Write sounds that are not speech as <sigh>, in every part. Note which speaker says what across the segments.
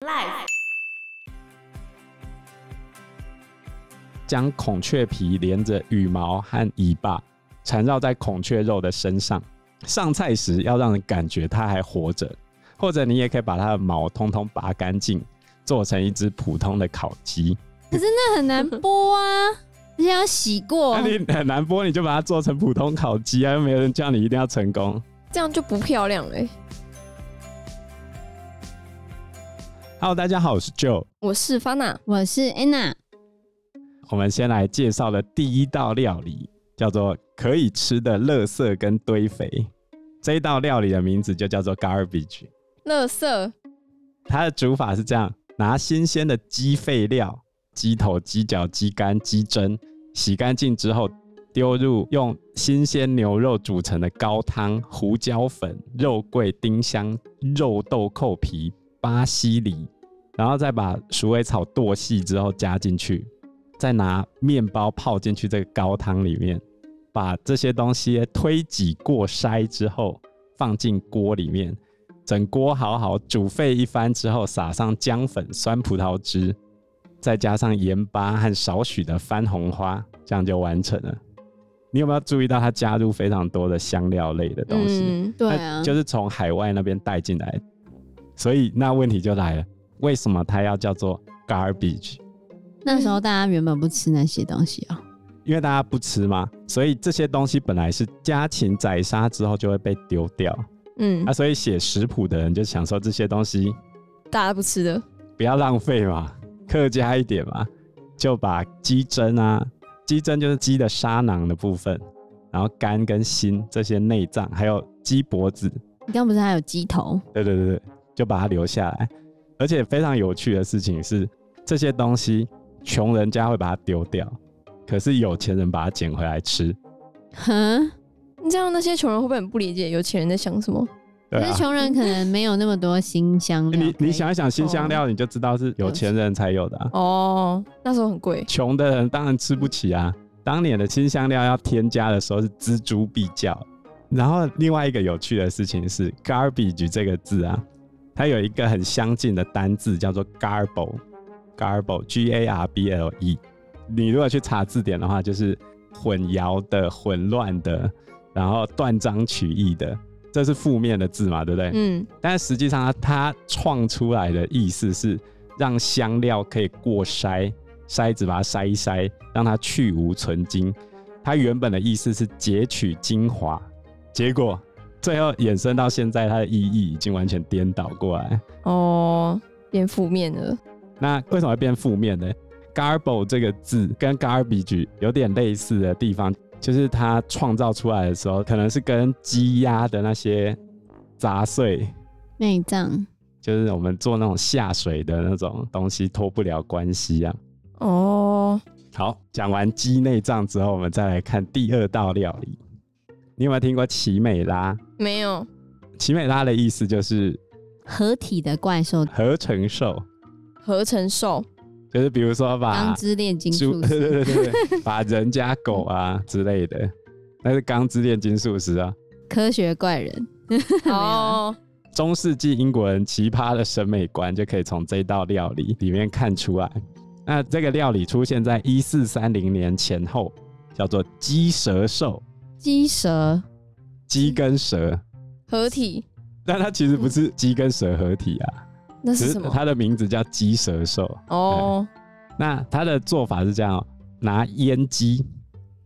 Speaker 1: Life
Speaker 2: 将孔雀皮连着羽毛和尾巴缠绕在孔雀肉的身上。上菜时要让人感觉它还活着，或者你也可以把它的毛通通拔干净，做成一只普通的烤鸡。
Speaker 3: 那很难剥啊，而且要洗过
Speaker 2: 那。你很难剥，你就把它做成普通烤鸡啊，又没有人叫你一定要成功。
Speaker 4: 这样就不漂亮了欸、
Speaker 2: Hello，大家好，我是 Joe。
Speaker 4: 我是方娜，
Speaker 3: 我是 Anna，
Speaker 2: 我们先来介绍的第一道料理，叫做可以吃的垃圾跟堆肥。这一道料理的名字就叫做 garbage。
Speaker 4: 乐色
Speaker 2: 它的煮法是这样：拿新鲜的鸡废料、鸡头、鸡脚、鸡肝、鸡胗，洗干净之后，丢入用新鲜牛肉煮成的高汤、胡椒粉、肉桂、丁香、肉豆蔻皮、巴西梨，然后再把鼠尾草剁细之后加进去，再拿面包泡进去这个高汤里面，把这些东西推挤过筛之后，放进锅里面，整锅好好煮沸一番之后，撒上姜粉、酸葡萄汁，再加上盐巴和少许的番红花，这样就完成了。你有没有注意到它加入非常多的香料类的东西？
Speaker 4: 嗯，
Speaker 3: 对
Speaker 2: 它
Speaker 3: 啊，
Speaker 2: 就是从海外那边带进来的。所以那问题就来了，为什么它要叫做 garbage？
Speaker 3: 那时候大家原本不吃那些东西哦、
Speaker 2: 因为大家不吃嘛，所以这些东西本来是家禽宰杀之后就会被丢掉。
Speaker 4: 嗯
Speaker 2: 啊，，所以写食谱的人就想说这些东西
Speaker 4: 大家不吃的，
Speaker 2: 不要浪费嘛，客家一点嘛，就把鸡胗啊，鸡胗就是鸡的沙囊的部分，然后肝跟心这些内脏，还有鸡脖子，
Speaker 3: 你刚不是还有鸡头？
Speaker 2: 对对对对，就把它留下来。而且非常有趣的事情是，这些东西穷人家会把它丢掉，可是有钱人把它捡回来吃。
Speaker 3: 哼，
Speaker 4: 这样那些穷人会不会很不理解有钱人在想什么？
Speaker 2: 对
Speaker 3: 可
Speaker 2: 啊
Speaker 3: 是，穷人可能没有那么多新香料可以。
Speaker 2: 你你想一想，新香
Speaker 3: 哦
Speaker 2: 料你就知道是有钱人才有的、啊。
Speaker 4: 哦，那时候很贵，
Speaker 2: 穷的人当然吃不起啊。当年的清香料要添加的时候是锱铢必较。然后另外一个有趣的事情是 “garbage” 这个字啊，它有一个很相近的单字叫做 “garble”，“garble”，g a r b l e。你如果去查字典的话，就是混淆的、混乱的，然后断章取义的，这是负面的字嘛，对不对？
Speaker 4: 嗯，
Speaker 2: 但实际上它它创出来的意思是让香料可以过筛，筛子把它筛一筛，让它去无存精。它原本的意思是截取精华，结果最后衍生到现在，它的意义已经完全颠倒过来。
Speaker 4: 哦，变负面了，
Speaker 2: 那为什么会变负面呢？Garble 这个字跟 garbage 有点类似的地方，就是它创造出来的时候，可能是跟鸡鸭的那些杂碎
Speaker 3: 内脏，
Speaker 2: 就是我们做那种下水的那种东西脱不了关系啊。
Speaker 4: 哦，
Speaker 2: 好，讲完鸡内脏之后，我们再来看第二道料理。你有没有听过奇美拉？
Speaker 4: 没有，
Speaker 2: 奇美拉的意思就是
Speaker 3: 合体的怪兽，
Speaker 2: 合成兽，
Speaker 4: 合成兽，
Speaker 2: 就是比如说把
Speaker 3: 钢之炼金
Speaker 2: 猪，
Speaker 3: 术
Speaker 2: <laughs> 对
Speaker 3: 师，
Speaker 2: 对对对对，把人加狗啊之类的，那是钢之炼金术师啊。
Speaker 3: 科学怪人。
Speaker 4: <laughs> 哦，
Speaker 2: 中世纪英国人奇葩的审美观就可以从这道料理里面看出来。那这个料理出现在一四三零年前后，叫做鸡舌兽，
Speaker 3: 鸡蛇
Speaker 2: 鸡跟蛇，
Speaker 4: 合体，
Speaker 2: 但它其实不是鸡跟蛇合体啊，
Speaker 4: 那
Speaker 2: 只
Speaker 4: 嗯是
Speaker 2: 是
Speaker 4: 什么？
Speaker 2: 它的名字叫鸡舌兽。
Speaker 4: 哦，
Speaker 2: 那它的做法是这样、哦：拿腌鸡，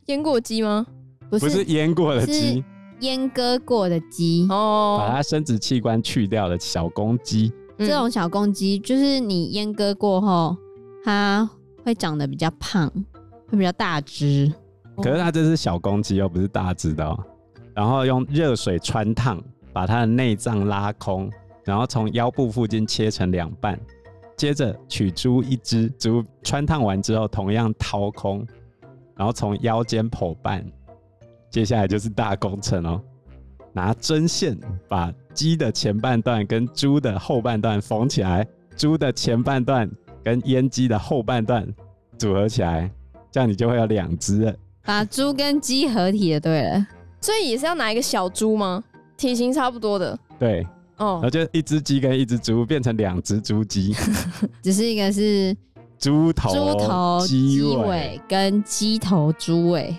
Speaker 4: 腌过鸡吗？
Speaker 3: 不
Speaker 2: 不是
Speaker 3: 是
Speaker 2: 腌过的鸡
Speaker 3: 是，阉割过的鸡，
Speaker 2: 把
Speaker 4: 哦，
Speaker 2: 它生殖器官去掉的小公鸡，
Speaker 4: 嗯
Speaker 3: 这种小公鸡就是你阉割过后，它会长得比较胖，会比较大只。
Speaker 2: 可是它这是小公鸡哦，不是大只的哦。然后用热水穿烫，把它的内脏拉空，然后从腰部附近切成两半。接着取出一只猪，穿烫完之后同样掏空，然后从腰间剖半。接下来就是大工程哦，拿针线把鸡的前半段跟猪的后半段缝起来，猪的前半段跟阉鸡的后半段组合起来，这样你就会有两只了。
Speaker 3: 把猪跟鸡合体就对了，
Speaker 4: 所以也是要拿一个小猪吗？体型差不多的，
Speaker 2: 对，然
Speaker 4: 哦
Speaker 2: 后，就一只鸡跟一只猪变成两只猪鸡， <laughs>
Speaker 3: 只是一个是
Speaker 2: 猪头、
Speaker 3: 猪头、
Speaker 2: 鸡
Speaker 3: 鸡尾跟鸡头、猪尾，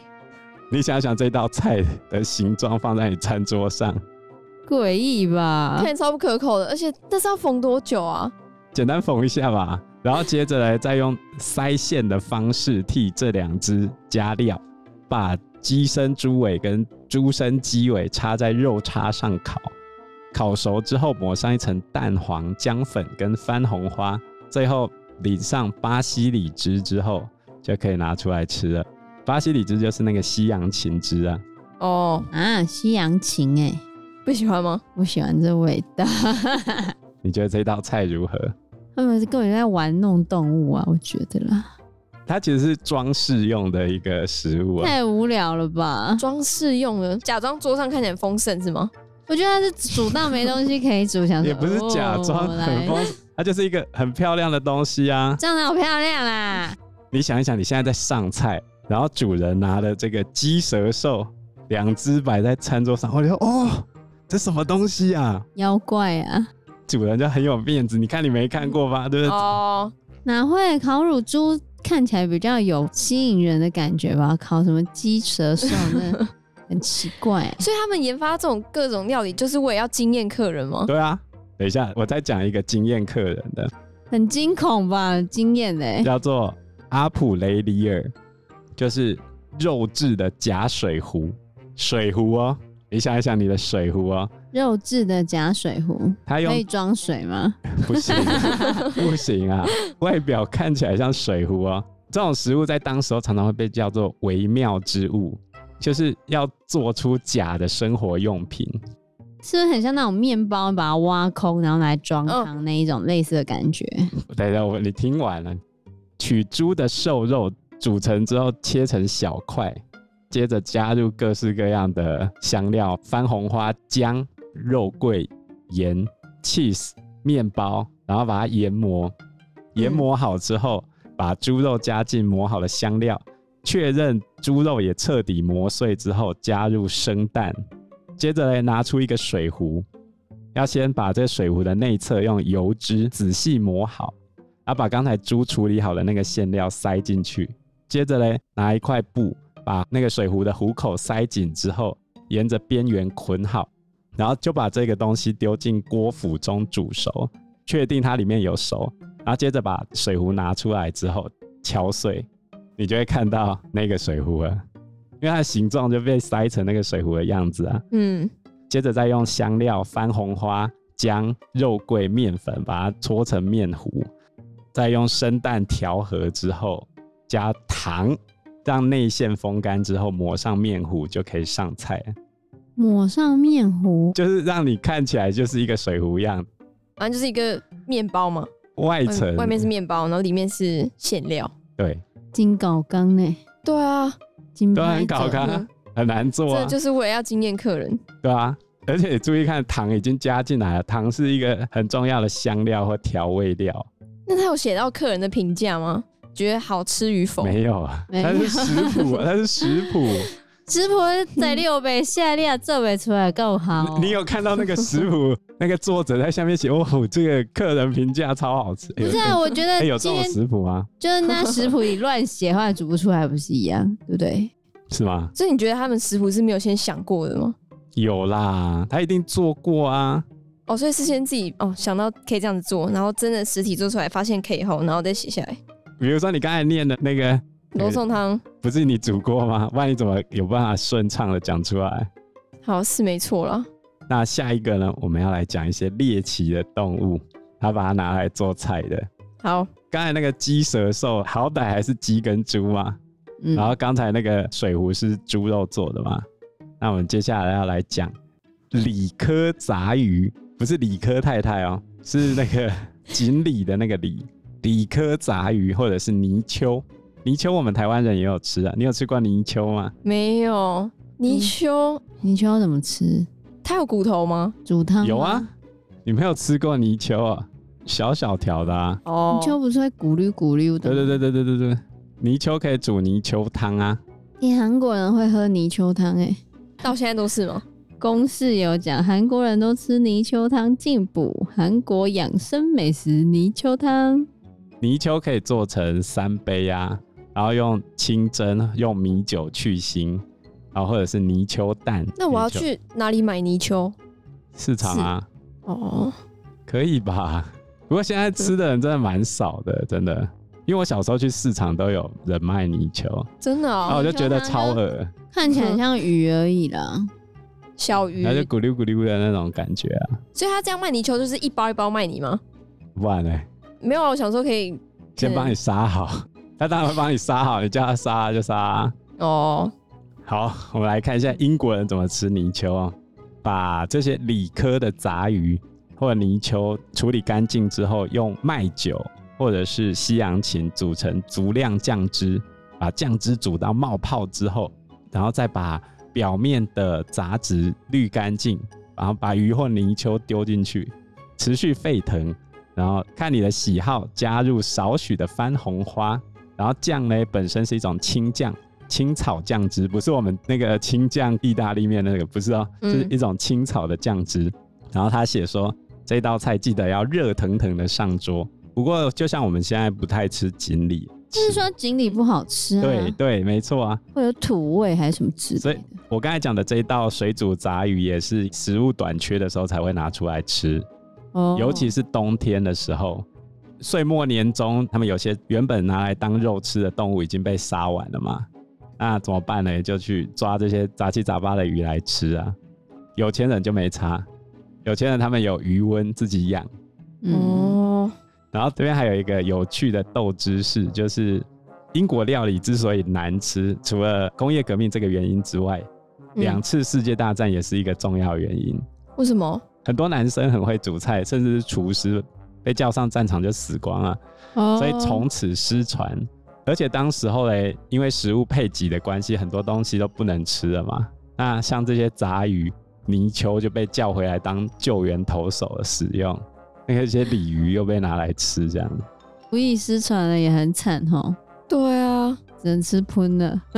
Speaker 2: 你想想这道菜的形状放在你餐桌上，
Speaker 3: 诡异吧
Speaker 4: 看？起来超不可口的，而且那是要缝多久啊？
Speaker 2: 简单缝一下吧，然后接着来再用塞馅的方式替这两只加料，把鸡身猪尾跟猪身鸡尾插在肉叉上烤，烤熟之后抹上一层蛋黄、姜粉跟番红花，最后淋上巴西里汁之后就可以拿出来吃了。巴西里汁就是那个西洋芹汁啊，
Speaker 4: 哦，
Speaker 3: 啊，西洋芹哎、
Speaker 4: 不喜欢吗？
Speaker 3: 我喜欢这味道。 <laughs>
Speaker 2: 你觉得这道菜如何？
Speaker 3: 他们根本就在玩弄动物啊，我觉得啦，
Speaker 2: 它其实是装饰用的一个食物啊。
Speaker 3: 太无聊了吧？
Speaker 4: 装饰用的，假装桌上看起来很丰盛是吗？
Speaker 3: 我觉得他是煮到没东西可以煮，想说
Speaker 2: 也不是假
Speaker 3: 哦
Speaker 2: 装很
Speaker 3: 来
Speaker 2: 丰， <laughs> 它就是一个很漂亮的东西啊。
Speaker 3: 这样好漂亮啊啦！
Speaker 2: 你想一想，你现在在上菜，然后主人拿了这个鸡舌兽，两只摆在餐桌上，我就说哦，这什么东西啊？
Speaker 3: 妖怪啊，
Speaker 2: 主人就很有面子，你看你没看过吧？对不对？
Speaker 4: 哦，
Speaker 3: 哪会烤乳猪看起来比较有吸引人的感觉吧？烤什么鸡舌兽
Speaker 2: <laughs>
Speaker 3: 呢？很奇怪、
Speaker 4: 所以他们研发这种各种料理，就是为了要惊艳客人吗？
Speaker 2: 对啊。等一下，我再讲一个惊艳客人的，
Speaker 3: 很惊恐吧？很惊艳哎、
Speaker 2: 叫做阿普雷里尔，就是肉质的假水壶，水壶哦。你想一想，你的水壶哦，
Speaker 3: 肉质的假水壶
Speaker 2: 它用
Speaker 3: 可以装水吗？
Speaker 2: 不行， <laughs> 不行啊！外表看起来像水壶哦。这种食物在当时候常常会被叫做微妙之物，就是要做出假的生活用品。
Speaker 3: 是不是很像那种面包把它挖空，然后来装汤那一种类似的感觉？
Speaker 2: 等一下，我你听完了，取猪的瘦肉煮成之后切成小块，接着加入各式各样的香料，番红花、姜、肉桂、盐、cheese、面包，然后把它研磨，研磨好之后，把猪肉加进磨好的香料，确认猪肉也彻底磨碎之后，加入生蛋，接着来拿出一个水壶，要先把这水壶的内侧用油脂仔细磨好，然后把刚才猪处理好的那个馅料塞进去。接着嘞，拿一块布把那个水壶的壶口塞紧之后，沿着边缘捆好，然后就把这个东西丢进锅釜中煮熟，确定它里面有熟，然后接着把水壶拿出来之后敲碎，你就会看到那个水壶了，因为它的形状就被塞成那个水壶的样子啊。
Speaker 4: 嗯，
Speaker 2: 接着再用香料、番红花、姜、肉桂、面粉把它搓成面糊，再用生蛋调和之后加糖，让内馅风干之后抹上面糊就可以上菜了，
Speaker 3: 抹上面糊，
Speaker 2: 就是让你看起来就是一个水糊样，
Speaker 4: 反正就是一个面包嘛，
Speaker 2: 外
Speaker 4: 外
Speaker 2: 层
Speaker 4: 嗯外面是面包，然后里面是馅料。
Speaker 2: 对，
Speaker 3: 金搞缸呢？
Speaker 4: 对啊，
Speaker 3: 金
Speaker 2: 都
Speaker 3: 牌
Speaker 2: 很搞
Speaker 3: 者
Speaker 2: 咖，
Speaker 4: 嗯
Speaker 2: 很难做啊
Speaker 4: 这，就是为了要惊艳客人。
Speaker 2: 对啊。而且你注意看，糖已经加进来了，糖是一个很重要的香料或调味料。
Speaker 4: 那他有写到客人的评价吗？觉得好吃与否？
Speaker 2: 没有啊，
Speaker 3: 没
Speaker 2: 它
Speaker 3: 有
Speaker 2: 是食谱啊，它是食谱。
Speaker 3: 直播在六杯下列做不出来够好、哦
Speaker 2: 你你有看到那个食谱，那个作者在下面写哦，这个客人评价超好吃。
Speaker 3: 不
Speaker 2: 有
Speaker 3: 是、啊？我觉得
Speaker 2: 哎有这
Speaker 3: 今
Speaker 2: 种
Speaker 3: 天
Speaker 2: 食谱吗？
Speaker 3: 就是那食谱里乱写，后来煮不出来，不是一样，对不对？
Speaker 2: 是吗？
Speaker 4: 所以你觉得他们食谱是没有先想过的吗？
Speaker 2: 有啦，他一定做过啊。
Speaker 4: 哦，所以是先自己哦想到可以这样子做，然后真的实体做出来发现可以后，然后再写下来。
Speaker 2: 比如说你刚才念的那个，
Speaker 4: 罗宋汤
Speaker 2: 不是你煮过吗？万一怎么有办法顺畅的讲出来？
Speaker 4: 好是没错啦。
Speaker 2: 那下一个呢？我们要来讲一些猎奇的动物，他把它拿来做菜的。
Speaker 4: 好，
Speaker 2: 刚才那个鸡舌兽，好歹还是鸡跟猪嘛。
Speaker 3: 嗯
Speaker 2: 然，后刚才那个水壶是猪肉做的嘛？那我们接下来要来讲理科杂鱼，不是理科太太哦，是那个锦鲤的那个鲤，理科杂鱼或者是泥鳅。泥鳅我们台湾人也有吃啊，你有吃过泥鳅吗？
Speaker 4: 没有泥鳅，
Speaker 3: 泥鳅怎么吃？
Speaker 4: 它有骨头吗？
Speaker 3: 煮汤吗
Speaker 2: 有啊，，你没有吃过泥鳅啊？小小条的啊，
Speaker 4: 哦
Speaker 3: 泥鳅不是会咕噜咕噜的？
Speaker 2: 对对。对对对对对，泥鳅可以煮泥鳅汤啊。
Speaker 3: 你韩国人会喝泥鳅汤哎、
Speaker 4: 到现在都是吗？
Speaker 3: 公式有讲，韩国人都吃泥鳅汤进补，韩国养生美食泥鳅汤。
Speaker 2: 泥鳅可以做成三杯啊，然后用清蒸，用米酒去腥，然后或者是泥鳅蛋。
Speaker 4: 那我要
Speaker 2: 泥鳅
Speaker 4: 去哪里买泥鳅？
Speaker 2: 市场啊，
Speaker 4: 哦，
Speaker 2: 可以吧？不过现在吃的人真的蛮少的，真的，因为我小时候去市场都有人卖泥鳅，
Speaker 4: 真的
Speaker 2: 然后
Speaker 4: 哦，
Speaker 2: 我就觉得
Speaker 3: 泥鳅
Speaker 2: 超
Speaker 3: 汤
Speaker 2: 恶，
Speaker 3: 看起来像鱼而已啦，
Speaker 4: 小鱼
Speaker 2: 然。后就咕溜咕溜的那种感觉啊，
Speaker 4: 所以他这样卖泥鳅就是一包一包卖你吗？
Speaker 2: 不然呢？
Speaker 4: 没有啊，我想说可以
Speaker 2: 先帮你杀好，他当然会帮你杀好，你叫他杀就杀啊、
Speaker 4: 哦，
Speaker 2: 好，我们来看一下英国人怎么吃泥鳅啊。把这些理科的杂鱼或者泥鳅处理干净之后，用麦酒或者是西洋芹煮成足量酱汁，把酱汁煮到冒泡之后，然后再把表面的杂质滤干净，然后把鱼或泥鳅丢进去，持续沸腾，然后看你的喜好，加入少许的番红花，然后酱呢本身是一种青酱。青草酱汁，不是我们那个青酱意大利面那个，不是哦，
Speaker 4: 嗯
Speaker 2: 是一种青草的酱汁。然后他写说，这道菜记得要热腾腾的上桌。不过，就像我们现在不太吃锦鲤，
Speaker 3: <laughs> 就是说锦鲤不好吃啊，
Speaker 2: 对对，没错啊。
Speaker 3: 会有土味还是什么之
Speaker 2: 所
Speaker 3: 类
Speaker 2: 以
Speaker 3: 的。
Speaker 2: 我刚才讲的这一道水煮杂鱼，也是食物短缺的时候才会拿出来吃。
Speaker 3: 哦
Speaker 2: 尤其是冬天的时候，岁末年终，他们有些原本拿来当肉吃的动物已经被杀完了嘛，那怎么办呢？就去抓这些杂七杂八的鱼来吃啊。有钱人就没差，有钱人他们有鱼温自己养。
Speaker 3: 嗯，
Speaker 4: 哦，
Speaker 2: 然后这边还有一个有趣的豆知识，就是英国料理之所以难吃，除了工业革命这个原因之外，
Speaker 4: 嗯
Speaker 2: 两次世界大战也是一个重要原因。
Speaker 4: 为什么？
Speaker 2: 很多男生很会煮菜，甚至是厨师，被叫上战场就死光了，
Speaker 3: 哦
Speaker 2: 所以从此失传。而且当时候嘞，因为食物配给的关系，很多东西都不能吃了嘛。那像这些杂鱼、泥鳅就被叫回来当救援投手的使用，那些鲤鱼又被拿来吃，这样。
Speaker 3: 不易失传了也很惨吼，
Speaker 4: 对啊，
Speaker 3: 只能吃喷了， <laughs>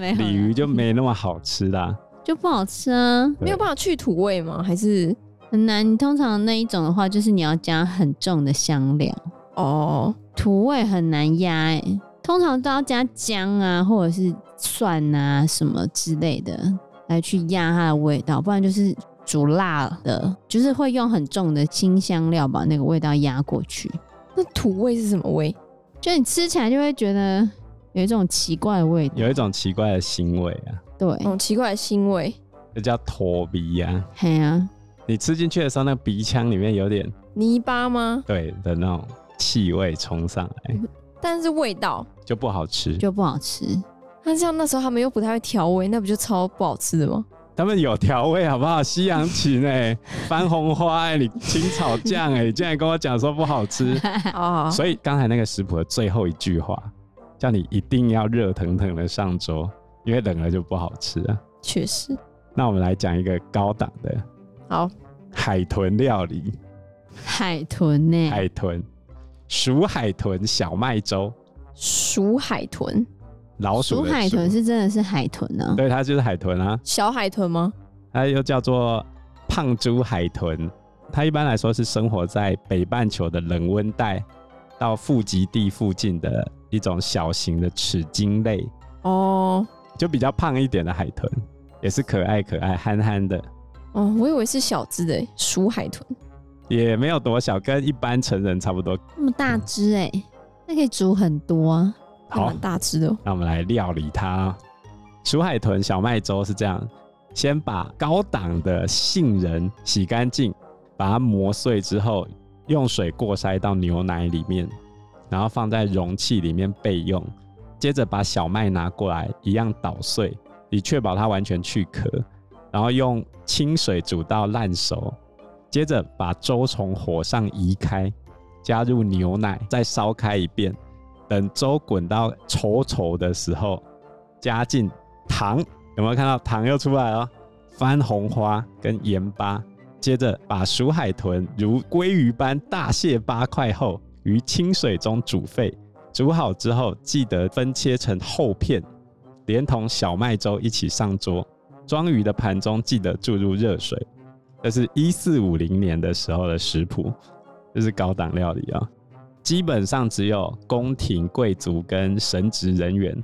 Speaker 3: 没有啦
Speaker 2: 鲤鱼就没那么好吃啦。
Speaker 3: 就不好吃啊，
Speaker 4: 没有办法去土味吗？还是
Speaker 3: 很难。你通常那一种的话，就是你要加很重的香料，
Speaker 4: 哦，
Speaker 3: 土味很难压、欸，通常都要加姜啊，或者是蒜啊什么之类的来去压它的味道，不然就是煮辣的，就是会用很重的清香料把那个味道压过去，
Speaker 4: 那土味是什么味？
Speaker 3: 就你吃起来就会觉得有一种奇怪的味道。
Speaker 2: 有一种奇怪的腥味啊，
Speaker 3: 对，
Speaker 4: 哦，奇怪的腥味。
Speaker 2: 就叫脱鼻啊。
Speaker 3: 嘿啊，
Speaker 2: 你吃进去的时候，那个鼻腔里面有点
Speaker 4: 泥巴吗？
Speaker 2: 对的那种气味冲上来，
Speaker 4: 但是味道，
Speaker 2: 就不好吃。
Speaker 3: 就不好吃。
Speaker 4: 那像那时候他们又不太会调味，那不就超不好吃的吗？
Speaker 2: 他们有调味好不好？西洋芹哎、番红花哎、你青草酱哎、你竟然跟我讲说不好吃，
Speaker 4: 啊，
Speaker 2: 所以刚才那个食谱的最后一句话，叫你一定要热腾腾的上桌，因为冷了就不好吃啊。
Speaker 4: 确实。
Speaker 2: 那我们来讲一个高档的
Speaker 4: 好，
Speaker 2: 海豚料理。
Speaker 3: 海豚呢、
Speaker 2: 海豚，鼠海豚小麦粥，
Speaker 4: 鼠海豚，
Speaker 2: 老鼠
Speaker 3: 鼠
Speaker 2: 的
Speaker 3: 海豚
Speaker 2: 鼠
Speaker 3: 是真的是海豚呢、
Speaker 2: 对，它就是海豚啊，
Speaker 4: 小海豚吗？
Speaker 2: 它又叫做胖猪海豚。它一般来说是生活在北半球的冷温带到富极地附近的一种小型的齿鲸类，
Speaker 4: 哦
Speaker 2: 就比较胖一点的海豚，也是可爱可爱憨憨的，
Speaker 4: 哦，我以为是小只的欸鼠海豚。
Speaker 2: 也没有多小，跟一般成人差不多。
Speaker 3: 那么大只哎、那可以煮很多啊。
Speaker 4: 还
Speaker 2: 好
Speaker 4: 蛮，大只的哦，
Speaker 2: 那我们来料理它啊。鼠海豚小麦粥是这样：先把高档的杏仁洗干净，把它磨碎之后，用水过筛到牛奶里面，然后放在容器里面备用。接着把小麦拿过来，一样捣碎，以确保它完全去壳，然后用清水煮到烂熟。接着把粥从火上移开，加入牛奶，再烧开一遍。等粥滚到稠稠的时候，加进糖，有没有看到糖又出来了？番红花跟盐巴，接着把鼠海豚如鲑鱼般大卸八块后，于清水中煮沸。煮好之后，记得分切成厚片，连同小麦粥一起上桌。装鱼的盘中记得注入热水。这是一四五零年的时候的食谱，这是高档料理啊。基本上只有宫廷贵族跟神职人员，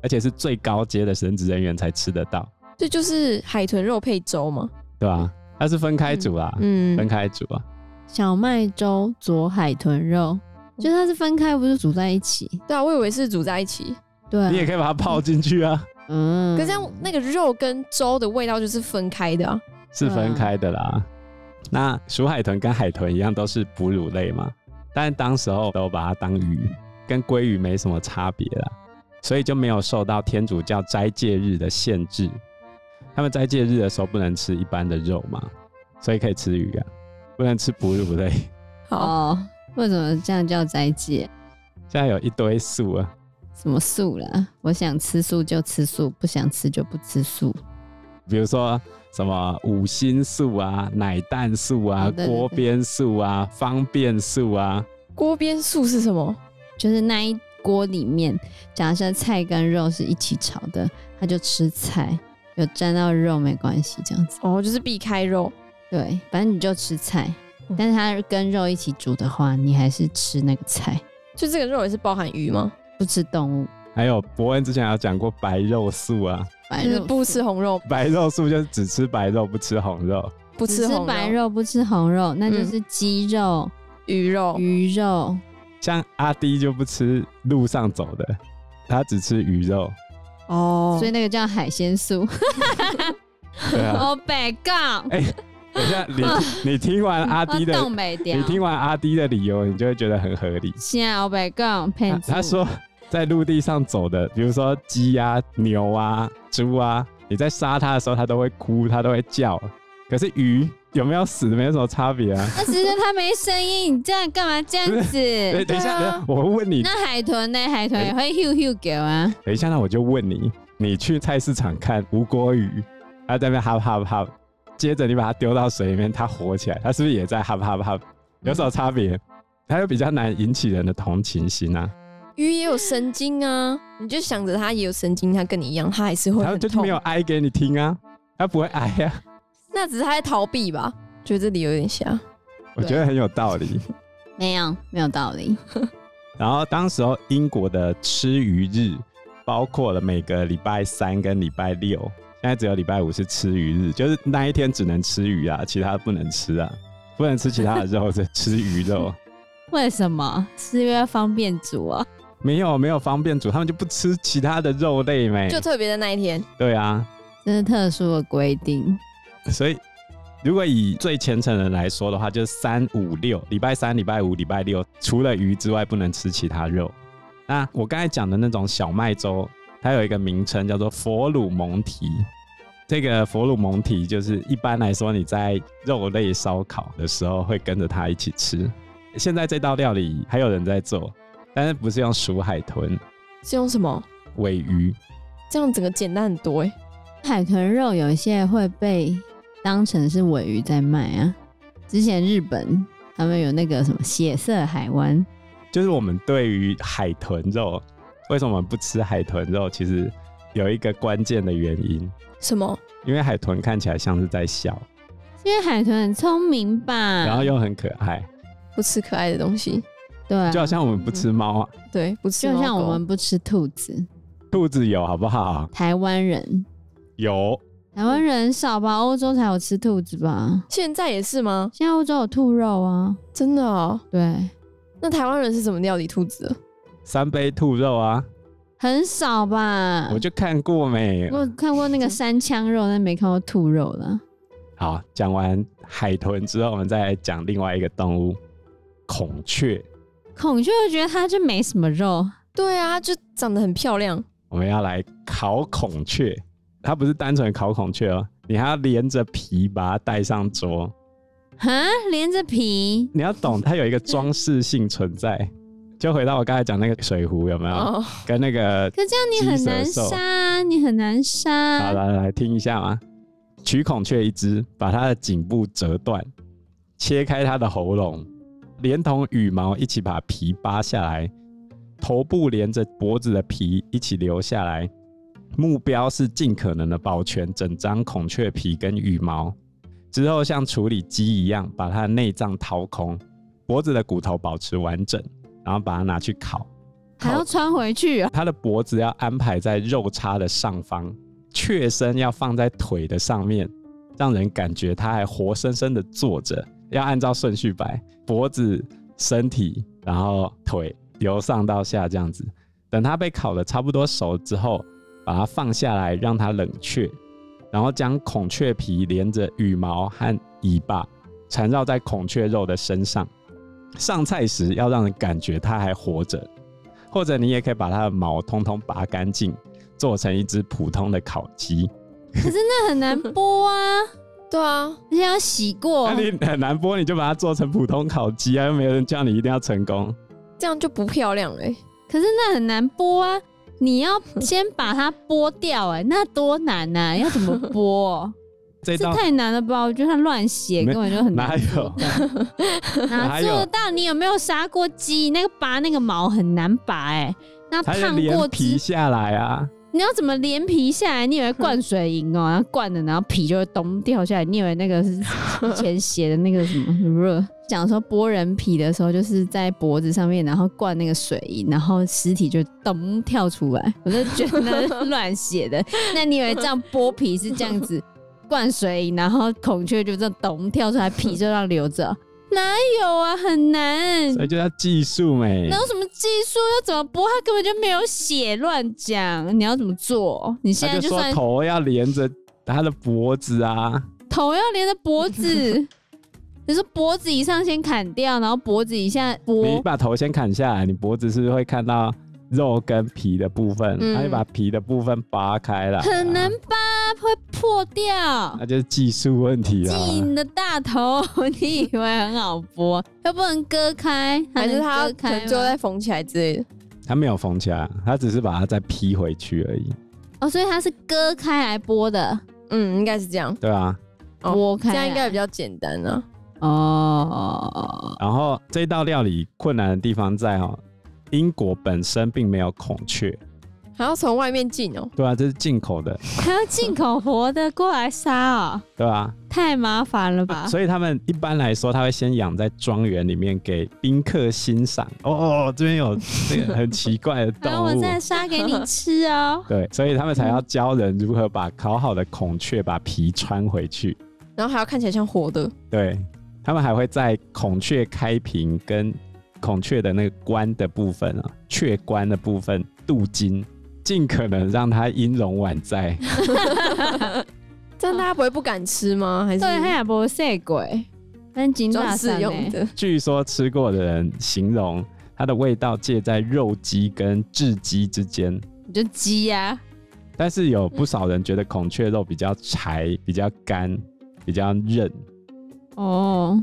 Speaker 2: 而且是最高阶的神职人员才吃得到，
Speaker 4: 这就是海豚肉配粥嘛。
Speaker 2: 对吧、它是分开煮啦，
Speaker 4: 嗯
Speaker 2: 分，开煮啊。
Speaker 3: 小麦粥佐海豚
Speaker 4: 嗯
Speaker 3: 肉，就它是分开，不是煮在一起。
Speaker 4: 对啊，我以为是煮在一起，
Speaker 3: 对啊
Speaker 2: 你，也可以把它泡进去啊，
Speaker 3: 嗯，
Speaker 4: 可是这样那个肉跟粥的味道就是分开的啊。
Speaker 2: 是
Speaker 3: 嗯
Speaker 2: 分开的啦。那鼠海豚跟海豚一样都是哺乳类嘛，但当时候都把它当鱼，跟鲑鱼没什么差别啦，所以就没有受到天主教斋戒日的限制。他们斋戒日的时候不能吃一般的肉嘛，所以可以吃鱼啊，不能吃哺乳类。
Speaker 4: 好，
Speaker 3: 哦，为什么这样叫斋戒？
Speaker 2: 现在有一堆素啊，
Speaker 3: 什么素啦？我想吃素就吃素，不想吃就不吃素。
Speaker 2: 比如说什么五星素啊、奶蛋素啊
Speaker 3: 哦、对对对
Speaker 2: 锅边素啊、方便素啊，
Speaker 4: 锅边素是什么？
Speaker 3: 就是那一锅里面，假设菜跟肉是一起炒的，他就吃菜，有沾到肉没关系，这样子。
Speaker 4: 哦，就是避开肉。
Speaker 3: 对，反正你就吃菜
Speaker 4: 嗯，
Speaker 3: 但是它跟肉一起煮的话，你还是吃那个菜，
Speaker 4: 就这个肉也是包含鱼吗？
Speaker 3: 不吃动物。
Speaker 2: 还有伯恩之前有讲过白肉素啊。
Speaker 3: 白
Speaker 4: 就是
Speaker 3: 肉
Speaker 4: 不吃红肉，
Speaker 2: 白肉素就是只吃白肉不吃红肉，
Speaker 4: 不
Speaker 3: 只
Speaker 4: 吃
Speaker 3: 吃
Speaker 4: 红
Speaker 3: 白肉，不吃红肉，那就
Speaker 4: 嗯
Speaker 3: 是鸡肉、
Speaker 4: 鱼肉。
Speaker 3: 鱼肉。
Speaker 2: 像阿迪就不吃路上走的，他只吃鱼肉。
Speaker 4: 哦
Speaker 3: 所以那个叫海鲜素。<laughs>
Speaker 2: 对啊，
Speaker 3: Oh my god！
Speaker 2: 等一下你你听完阿迪的，
Speaker 3: 东北调
Speaker 2: 你，听完阿迪的理由，你就会觉得很合理。
Speaker 3: 现在 Oh my god！
Speaker 2: 他
Speaker 3: 骗子，
Speaker 2: 他说在陆地上走的，比如说鸡啊、牛啊、猪啊，你在杀它的时候，它都会哭，它都会叫。可是鱼有没有死没有什么差别啊？
Speaker 3: 那只是它没声音，你这样干嘛这样
Speaker 2: <laughs> 哎，
Speaker 3: 子？
Speaker 2: 等一下，等一下，哎我问你，
Speaker 3: 啊那海豚呢？海豚也会 h u h u 狗啊，
Speaker 2: 等一下，那我就问你，你去菜市场看吴郭鱼，它在那边哈哈哈，接着你把它丢到水里面，它活起来，它是不是也在哈哈
Speaker 4: 嗯
Speaker 2: 哈？有什么差别？它就比较难引起人的同情心啊，
Speaker 4: 鱼也有神经啊，你就想着它也有神经，它跟你一样，它还是会
Speaker 2: 它
Speaker 4: 很
Speaker 2: 就是
Speaker 4: 痛
Speaker 2: 没。有哀给你听啊，它不会哀
Speaker 4: <laughs>
Speaker 2: 啊，
Speaker 4: 那只是它在逃避吧？觉得这里有点像。
Speaker 2: 我觉得很有道理。
Speaker 3: 没有没有道理。
Speaker 2: 然后当时候英国的吃鱼日，包括了每个礼拜三跟礼拜六，现在只有礼拜五是吃鱼日，就是那一天只能吃鱼啊，其他不能吃啊，不能吃其他的肉，只吃鱼肉。
Speaker 3: 为什么？是因为要方便煮哦。
Speaker 2: 没有没有方便煮，他们就不吃其他的肉类没
Speaker 4: 就。特别的那一天，
Speaker 2: 对啊，
Speaker 3: 这是特殊的规定。
Speaker 2: 所以如果以最虔诚的人来说的话，就是三五六，礼拜三、礼拜五、礼拜六，除了鱼之外不能吃其他肉。那我刚才讲的那种小麦粥，它有一个名称叫做佛鲁蒙提。这个佛鲁蒙提就是一般来说你在肉类烧烤的时候会跟着它一起吃。现在这道料理还有人在做，但是不是用鼠海豚、
Speaker 4: 是用什么？
Speaker 2: 尾鱼，
Speaker 4: 这样整个简单很多哎、
Speaker 3: 海豚肉有一些会被当成是尾鱼在卖啊。之前日本他们有那个什么血色海湾，
Speaker 2: 就是我们对于海豚肉，为什么我们不吃海豚肉？其实有一个关键的原因，
Speaker 4: 什么？
Speaker 2: 因为海豚看起来像是在笑，
Speaker 3: 因为海豚很聪明吧？
Speaker 2: 然后又很可爱，
Speaker 4: 不吃可爱的东西，
Speaker 3: 对啊、
Speaker 2: 就好像我们不吃猫啊，
Speaker 4: 对，不吃猫
Speaker 3: 就
Speaker 4: 狗。
Speaker 3: 像我们不吃兔子，
Speaker 2: 兔子有好不好？
Speaker 3: 台湾人
Speaker 2: 有，
Speaker 3: 台湾人很少吧？欧洲才有吃兔子吧？
Speaker 4: 现在也是吗？
Speaker 3: 现在欧洲有兔肉啊，
Speaker 4: 真的哦。
Speaker 3: 对，
Speaker 4: 那台湾人是怎么料理兔子的？
Speaker 2: 三杯兔肉啊，
Speaker 3: 很少吧？
Speaker 2: 我就看过没。
Speaker 3: 我看过那个三枪肉，但没看过兔肉了。
Speaker 2: 好，讲完海豚之后，我们再来讲另外一个动物，孔雀。
Speaker 3: 孔雀，我觉得它就没什么肉，
Speaker 4: 对啊，就长得很漂亮。
Speaker 2: 我们要来烤孔雀，它不是单纯烤孔雀哦，你还要连着皮把它带上桌。
Speaker 3: 哈，连着皮，
Speaker 2: 你要懂，它有一个装饰性存在。就回到我刚才讲那个水壶有没有？
Speaker 4: 哦，
Speaker 2: 跟那个
Speaker 3: 可这样你很难
Speaker 2: 鸡舌兽
Speaker 3: 杀，你很难
Speaker 2: 好
Speaker 3: 杀。
Speaker 2: 来来听一下嘛，取孔雀一只，把它的颈部折断，切开它的喉咙，连同羽毛一起把皮扒下来，头部连着脖子的皮一起留下来，目标是尽可能的保全整张孔雀皮跟羽毛，之后像处理鸡一样把它的内脏掏空，脖子的骨头保持完整，然后把它拿去烤。
Speaker 3: 还要穿回去啊？
Speaker 2: 它的脖子要安排在肉叉的上方，雀身要放在腿的上面，让人感觉它还活生生的坐着。要按照顺序摆，脖子、身体，然后腿由上到下这样子。等它被烤的差不多熟之后，把它放下来，让它冷却，然后将孔雀皮连着羽毛和尾巴缠绕在孔雀肉的身上。上菜时要让人感觉它还活着，或者你也可以把它的毛通通拔干净，做成一只普通的烤鸡。
Speaker 3: 那很难剥
Speaker 2: <laughs>
Speaker 3: 啊，
Speaker 4: 对啊，
Speaker 3: 而且要洗过
Speaker 2: 那。你很难剥，你就把它做成普通烤鸡啊，又没有人叫你一定要成功。
Speaker 4: 这样就不漂亮了欸、
Speaker 3: 可是那很难剥啊，你要先把它剥掉、哎，那多难呐、要怎么剥、
Speaker 2: <laughs> 这
Speaker 3: 这
Speaker 2: 道
Speaker 3: 太难了吧？我觉得它乱写
Speaker 2: 没
Speaker 3: 根本就很
Speaker 2: 哪
Speaker 3: 难
Speaker 2: 有
Speaker 3: 做，？ <laughs> 哪
Speaker 2: 哪
Speaker 3: 做
Speaker 2: 有
Speaker 3: 得到？你有没有杀过鸡？那个拔那个毛很难拔哎、那
Speaker 2: 它是
Speaker 3: 烫过
Speaker 2: 连皮
Speaker 3: 鸡，
Speaker 2: 下来啊，
Speaker 3: 你要怎么连皮下来？你以为灌水银哦、然 <laughs> 后灌了，然后皮就会咚掉下来。你以为那个是以前写的那个什么什么热？讲说剥人皮的时候，就是在脖子上面，然后灌那个水银，然后尸体就咚跳出来。我就觉得乱写 <laughs> 的。那你以为这样剥皮是这样子灌水银，然后孔雀就这样咚跳出来，皮就让留着？哪有啊，很难。
Speaker 2: 所以就叫技术美
Speaker 3: 哪。有什么技术？要怎么剥？他根本就没有写，乱讲。你要怎么做？你现
Speaker 2: 他
Speaker 3: 在
Speaker 2: 就说
Speaker 3: 算
Speaker 2: 头要连着它的脖子啊，
Speaker 3: 头要连着脖 <laughs> 子，你说脖子以上先砍掉，然后脖子以下
Speaker 2: 你
Speaker 3: 剥，
Speaker 2: 把头先砍下来，你脖子是不是会看到肉跟皮的部分，
Speaker 4: 嗯
Speaker 2: 那就把皮的部分拔开
Speaker 3: <laughs>
Speaker 2: 了，
Speaker 3: 很难，吧？会破掉
Speaker 2: 那。就是技术问题啦。
Speaker 3: 记你的大头， <laughs> 你以为很好剥？又不能割开，还
Speaker 4: 还是
Speaker 3: 能
Speaker 4: 它
Speaker 3: 割
Speaker 4: 可
Speaker 3: 开
Speaker 4: 能最后
Speaker 3: 吗
Speaker 4: 再缝起来之类的。
Speaker 2: 它没有缝起来，它只是把它再劈回去而已，
Speaker 3: 哦，所以它是割开来剥的，
Speaker 4: 嗯，应该是这样，
Speaker 2: 对啊。
Speaker 4: 哦
Speaker 3: 剥开
Speaker 4: 这
Speaker 3: 来
Speaker 4: 样应该比较简单啊。
Speaker 3: 哦。 <laughs>
Speaker 2: 然后这道料理困难的地方在哦，英国本身并没有孔雀，
Speaker 4: 还要从外面进哦、
Speaker 2: 对啊，这是进口的，
Speaker 3: 还要进口活的过来杀哦，
Speaker 2: 对啊，
Speaker 3: 太麻烦了吧？
Speaker 2: 所以他们一般来说，他会先养在庄园里面给宾客欣赏。哦哦，哦这边有这个很奇怪的
Speaker 3: <laughs> 然后
Speaker 2: 动
Speaker 3: 我
Speaker 2: 物。。
Speaker 3: 再杀给你吃哦
Speaker 4: <laughs>
Speaker 2: 对，所以他们才要教人如何把烤好的孔雀把皮穿回去。
Speaker 4: 然后还要看起来像活的。
Speaker 2: 对他们还会在孔雀开屏跟孔雀的那个冠的部分啊，雀冠的部分镀金，尽可能让它音容宛在。
Speaker 4: 这样大家不会不敢吃吗？还是
Speaker 3: 对，他也不是鬼，但金
Speaker 4: 装
Speaker 3: 大欸
Speaker 4: 饰用的？
Speaker 2: 据说吃过的人形容它的味道介在肉鸡跟雉鸡之间。
Speaker 3: 你就鸡啊呀、
Speaker 2: 但是有不少人觉得孔雀肉比较柴、比较干、比较韧。
Speaker 3: 哦，